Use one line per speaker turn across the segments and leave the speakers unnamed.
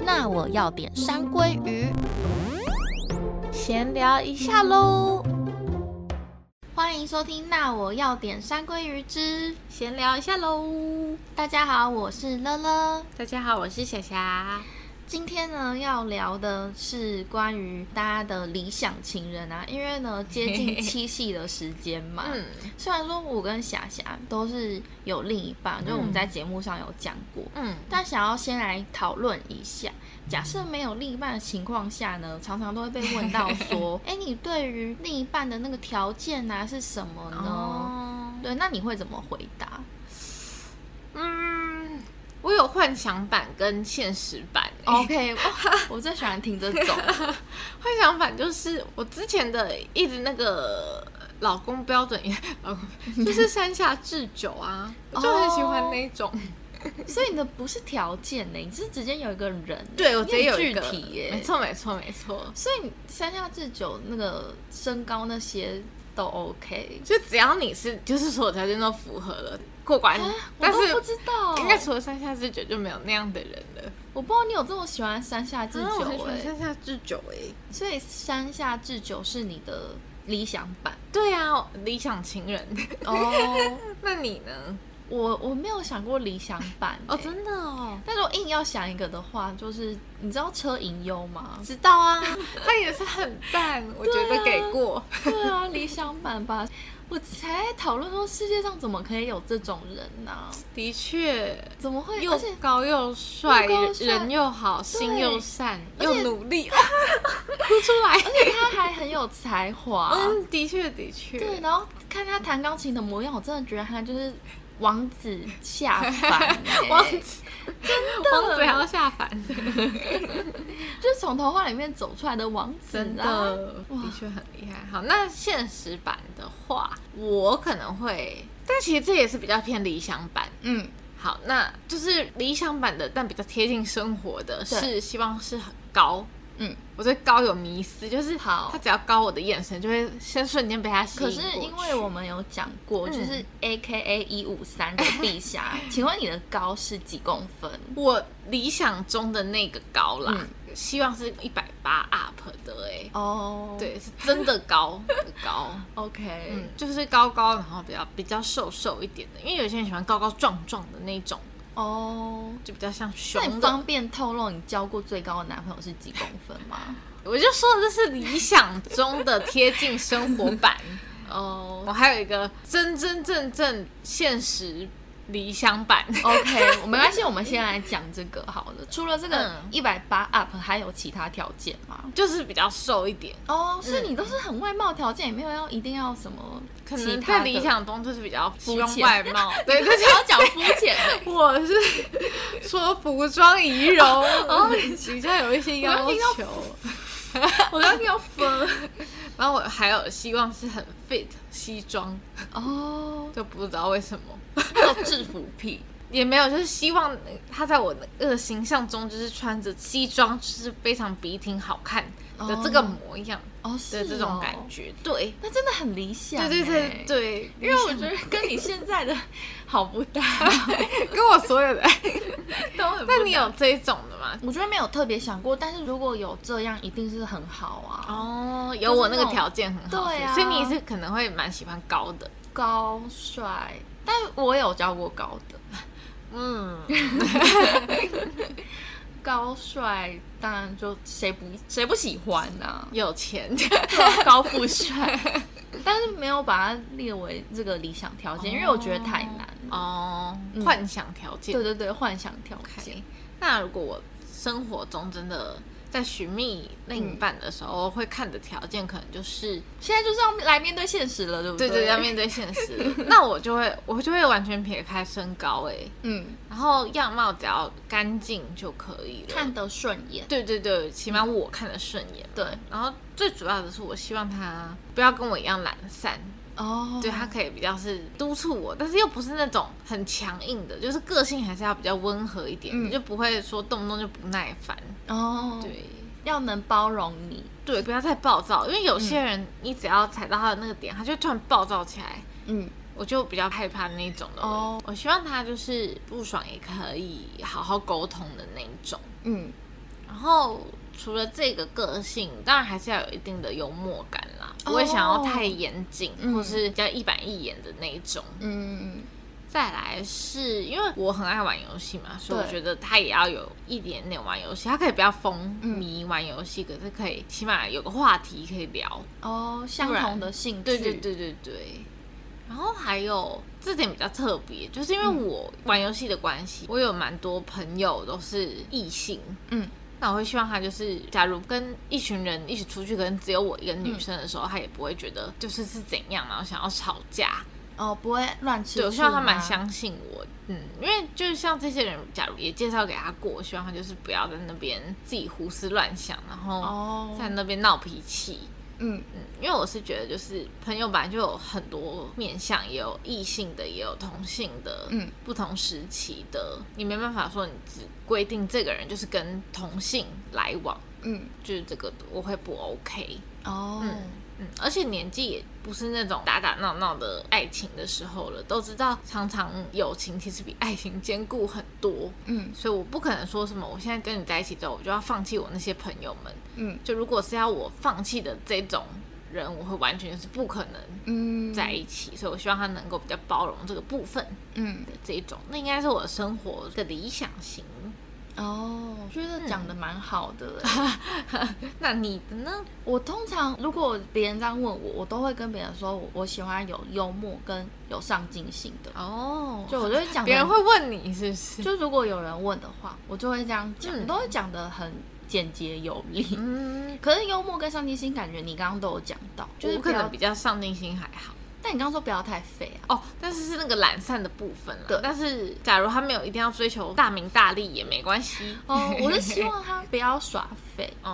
那我要点山鲑鱼。
闲聊一下喽，
欢迎收听《那我要点山鲑鱼之》，
闲聊一下喽。
大家好，我是乐乐。
大家好，我是霞霞。
今天呢，要聊的是关于大家的理想情人啊，因为 呢，接近七夕的时间嘛。
嗯，
虽然说我跟霞霞都是有另一半，就我们在节目上有讲过，
嗯，
但想要先来讨论一下，假设没有另一半的情况下呢，常常都会被问到 说，哎、你对于另一半的那个条件啊是什么呢？
哦，
对，那你会怎么回 答？
嗯，我有幻想版跟现实版、欸。
OK，哇我最喜欢听这种。
幻想版就是我之前的一直那个老公标准， 老公就是山下智久 啊，我就很喜欢那种。
所以你的不是条件呢，你是直接有一个人，
对我直接有
你
一
很
个
具体耶、
没错没错没错，
所以山下智久那个身高那些都 OK，
就只要你是就是所有条件都符合了过关，但
啊我
是
都不知道，
应该除了山下智久就没有那样的人了。
我不知道你有这么喜欢山下智
啊我
久
很喜
哎、
欢山下智久哎、
所以山下智久是你的理想版
对啊，理想情人。
哦。
那你呢？
我我没有想过理想版、
哦，
欸
真的哦，
但是我硬要想一个的话，就是你知道车银优吗？
知道啊，那也是很赞，我觉
对啊
得给过。
对啊，理想版吧。我才在讨论说世界上怎么可以有这种人呢、
的确，
怎么会？
又
而且
高又帅，
又高又
人
帅
人又好，心又善，又
且
努力，哭出来。
他还很有才华。
嗯，的确的确，
对，然后看他弹钢琴的模样，我真的觉得他就是王子下凡、欸
王子王子还要下凡，
就是从童话里面走出来的王子、啊，
真的，
哇
的确很厉害。好，那现实版的话，我可能会，但其实这也是比较偏理想版。
嗯，
好，那就是理想版的，但比较贴近生活的
对
是，希望是很高。
嗯，
我对高有迷思，就是
好
他只要高我的眼神，就会先瞬间被他吸
可
引
是
过
因为
去
我们有讲过，
嗯
就是 A K A 一五三的陛下， 请问你的高是几公分？
我理想中的那个高啦，
嗯
希望是一百八 up 的哎、
哦、，
对，是真的高 的高，
，OK，
嗯，就是高高，然后比较比较瘦瘦一点的，因为有些人喜欢高高壮壮的那种，
哦、
就比较像
那你
熊的。
方便透露你交过最高的男朋友是几公分吗？
我就说这是理想中的贴近生活版，
哦、
我还有一个真真正正现实理想版，
OK，没关系，我们先来讲这个好了。除了这个
嗯
一百八 up，还有其他条件吗？
就是比较瘦一点。
哦、所以你都是很外貌条件，也没有要一定要什么
可
其
能
他
在
的
理想中就是比较希
肤
望
浅
外貌，对，
你要讲肤浅 的。
我是说服装仪 容，比较有一些哦要
我要听到
求。
我刚要分
然后我还有希望是很 fit 西装，
哦，
就不知道为什么
那个制服癖
也没有，就是希望呃他在我那个形象中就是穿着西装，就是非常笔挺好看的这个
哦
模样
哦，是
的这种
哦
感，觉。对，
那真的很理想欸。
对对对对，
因为我觉得跟你现在的好不搭，
跟我所有的，
都很不搭
那你有这一种的吗？
我觉得没有特别想过，但是如果有这样，一定是很好啊。
哦，有我那个
就是那种
条件很好，
对啊
所以你是可能会蛮喜欢高的。
高帅，但我有教过高的，
嗯，
高帅当然就谁不谁不喜欢呐、
有钱，
高富帅， 但是没有把它列为这个理想条件，因为我觉得太难嗯了。
哦，幻想条件。
对对对，幻想条件
OK，那如果我生活中真的在寻觅另一半的时候，会看的条件可能就是，
现在就是要来面对现实了，对不
对
对
对，要面对现实 了。那我就会，我就会完全撇开身高、欸，
嗯，
然后样貌只要干净就可以了。
看得顺眼，
对对对，起码我看得顺眼。
对
然后最主要的是，我希望他不要跟我一样懒散，
哦，
对他可以比较是督促我，但是又不是那种很强硬的，就是个性还是要比较温和一点，
嗯
就不会说动不动就不耐烦。
哦，
对
要能包容你，
对，不要太暴躁，因为有
嗯
些人你只要踩到他的那个点，他就突然暴躁起来，
嗯，
我就比较害怕那一种的。
哦，
我希望他就是不爽也可以好好沟通的那一种。
嗯，
然后除了这个个性，当然还是要有一定的幽默感啦，不会想要太严谨、
嗯
或是比较一板一眼的那一种。
嗯，
再来是因为我很爱玩游戏嘛，所以我
对
觉得他也要有一点点玩游戏，他可以不要风
嗯
靡玩游戏，可是可以起码有个话题可以聊。
哦，相同的兴趣，
对对，对对对。然后还有这点比较特别，就是因为我玩游戏的关系，我有蛮多朋友都是异性，
嗯，
那我会希望他就是，假如跟一群人一起出去，可能只有我一个女生的时候，他也不会觉得就是是怎样，然后想要吵架。
哦，不会乱吃醋
对，
吗，
我希望他蛮相信我，嗯，因为就是像这些人，假如也介绍给他过，我希望他就是不要在那边自己胡思乱想，然后
哦，
在那边闹脾气。
嗯
嗯，因为我是觉得，就是朋友本来就有很多面向，也有异性的，也有同性的，
嗯，
不同时期的，你没办法说你只规定这个人就是跟同性来往，
嗯，
就是这个我会不 OK，
哦，
嗯嗯，而且年纪也不是那种打打闹闹的爱情的时候了，都知道常常友情其实比爱情坚固很多，
嗯
所以我不可能说什么我现在跟你在一起之后，我就要放弃我那些朋友们，
嗯
就如果是要我放弃的这种人，我会完全是不可能
嗯，
在一起，所以我希望他能够比较包容这个部分
嗯
的这一种，那应该是我的生活的理想型。
哦，我觉得讲的蛮好的欸。
那你的呢？
我通常如果别人这样问我，我都会跟别人说我我喜欢有幽默跟有上进心的，
哦，
就我就会讲得
别人会问你是不是？
就如果有人问的话，我就会这样讲，
嗯
都会讲的很简洁有力。
嗯，
可是幽默跟上进心，感觉你刚刚都有讲到，就是
我
不
可能
要
比。较上进心还好。
但你刚刚说不要太废啊。
哦，但是是那个懒散的部分了。
对
但是假如他没有一定要追求大名大利也没关系。
哦，我是希望他不要耍废。我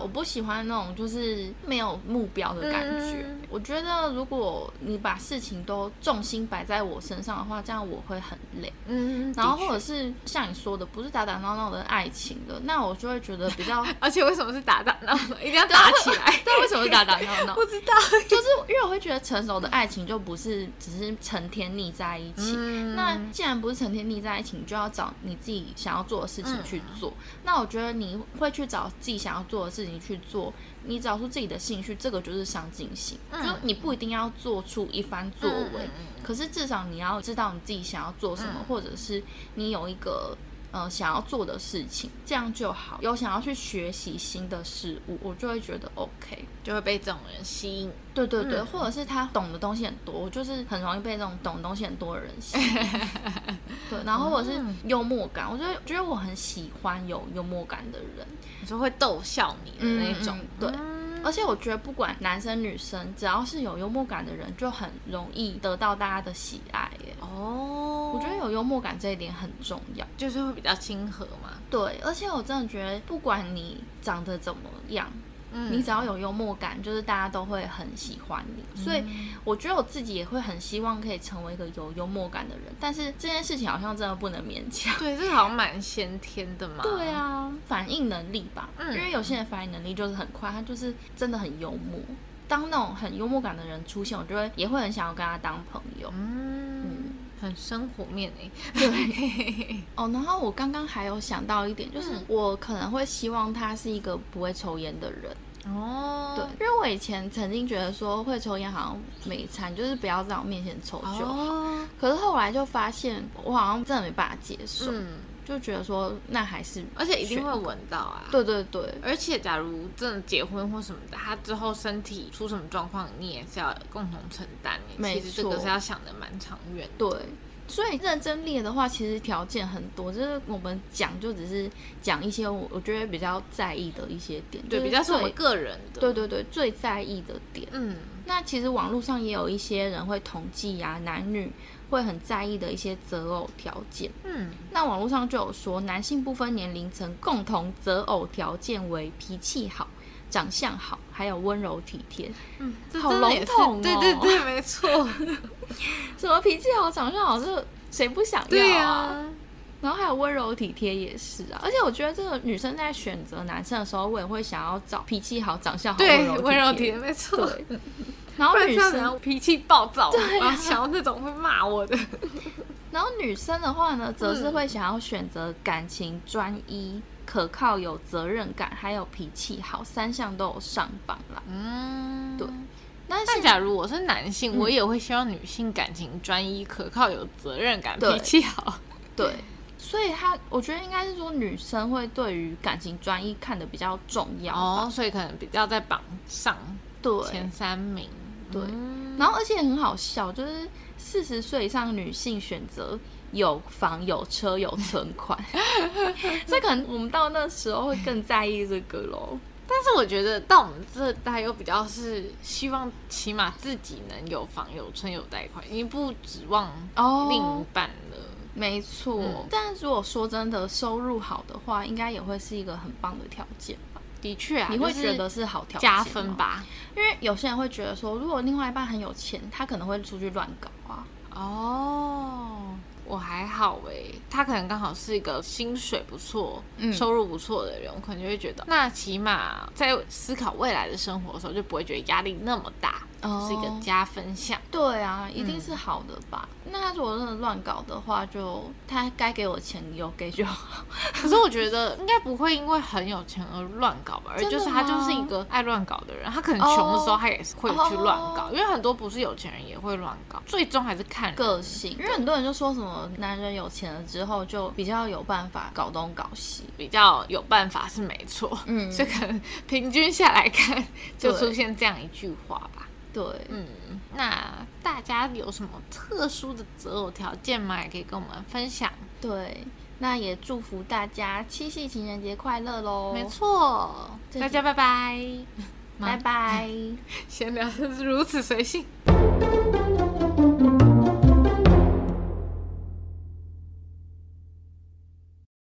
哦，
不喜欢那种就是没有目标的感觉。
嗯
我觉得如果你把事情都重心摆在我身上的话，这样我会很累。
嗯，
然后
的确
或者是像你说的，不是打打闹闹的爱情的，那我就会觉得比 较。
而且为什么是打打闹闹？一定要打起来？
对，为什么是打打闹闹？
不知道。
就是因为我会觉得成熟的爱情就不是只是成天腻在一起。
嗯
那既然不是成天腻在一起，你就要找你自己想要做的事
嗯
情去做。那我觉得你会去找自己想要做的事情去做，你找出自己的兴趣，这个就是上进心。
嗯
就你不一定要做出一番作为，
嗯嗯嗯
可是至少你要知道你自己想要做什么，或者是你有一个。呃，想要做的事情，这样就好。有想要去学习新的事物，我就会觉得 OK。
就会被这种人吸引。
对对对，
嗯
或者是他懂的东西很多，我就是很容易被这种懂的东西很多的人吸 引。对，然后或者是幽默感，我就会觉得我很喜欢有幽默感的人，
你说会逗笑你的那种
嗯嗯，对
嗯
而且我觉得不管男生女生，只要是有幽默感的人，就很容易得到大家的喜爱耶。
哦，
我觉得有幽默感这一点很重要。
就是会比较亲和嘛。
对，而且我真的觉得，不管你长得怎么样，
嗯
你只要有幽默感，就是大家都会很喜欢你。所以我觉得我自己也会很希望可以成为一个有幽默感的人，但是这件事情好像真的不能勉强。
对，这个好像蛮先天的嘛。
对，啊，反应能力吧，
嗯
因为有些人反应能力就是很快，他就是真的很幽默。当那种很幽默感的人出现，我就会也会很想要跟他当朋友。
嗯，很生活面欸诶、
哦，然后我刚刚还有想到一点，就是
嗯
我可能会希望他是一个不会抽烟的人。
哦，
对，因为我以前曾经觉得说会抽烟好像没餐，就是不要在我面前抽就好。
哦，
可是后来就发现，我好像真的没办法接受，
嗯，
就觉得说那还是，
而且一定会闻到啊。，
对对对，
而且假如真的结婚或什么的，他之后身体出什么状况，你也是要共同承担欸。
没
其实这个
错
是要想的蛮长远的。
对，所以认真列的话，其实条件很多，就是我们讲就只是讲一些我我觉得比较在意的一些点，
对，
就
比较是我们
最
个人的。
对，对对最在意的点。
嗯，
那其实网络上也有一些人会统计啊，男女会很在意的一些择偶条件。
嗯，
那网络上就有说，男性不分年龄层共同择偶条件为脾气好、长相好，还有温柔体贴。
嗯，这
好
真的也是
笼统哦
对对对，啊没错，
什么脾气好、长相好，这谁不想
对
要
呀、
啊？然后还有温柔体贴也是啊。而且我觉得这个女生在选择男生的时候，我也会想要找脾气好、长相好、
对，
温
温
柔
柔
体
体
贴
贴，。没错。
对。然后
不然
女
这样子
生，
脾气暴躁，
对啊
然后想到那种会骂我的。
然后女生的话呢，则是
嗯
会想要选择感情专一、可靠、有责任感，还有脾气好，三项都有上榜啦。
嗯，
对
但是假如我是男性，我也会希望女性感情专一、可靠、有责任感、
对
脾气好。
对，所以他我觉得应该是说女生会对于感情专一看得比较重要吧。
哦，所以可能比较在榜上
对
前，三名。
对
嗯
然后而且很好笑，就是四十岁以上女性选择有房有车有存 款，所以可能我们到那时候会更在意这个咯。
但是我觉得到我们这代又比较是希望，起码自己能有房有车有贷款，已经不指望
哦
另一半了。
没错，
嗯
但如果说真的收入好的话，应该也会是一个很棒的条件吧？
的确啊，
你会
就是
觉得是好条件
加
吗
分？吧？
因为有些人会觉得说，如果另外一半很有钱，他可能会出去乱搞啊。
哦，我还好哎、他可能刚好是一个薪水不错、
嗯
收入不错的人，我可能就会觉得，那起码在思考未来的生活的时候，就不会觉得压力那么大，
哦
是一个加分项。
对啊，一定
嗯
是好的吧？那他如果真的乱搞的话就，他该给我钱有给就好。
可是我觉得应该不会因为很有钱而乱搞吧，而
真的
就是他
吗
就是一个爱乱搞的人，他可能穷的时候
哦
他也是会去乱搞，
哦
因为很多不是有钱人也会乱搞，最终还是看人
个性，因为很多人就说什么男人有钱了之后就比较有办法搞东搞西。
比较有办法是没错，
嗯
所以 可能平均下来看就
对
出现这样一句话吧。
对，
嗯，那大家有什么特殊的择偶条件吗？也可以跟我们分享。
对，那也祝福大家七夕情人节快乐喽！
没，错，
这
大
集
家拜 拜，
拜拜。
闲聊是如此随性。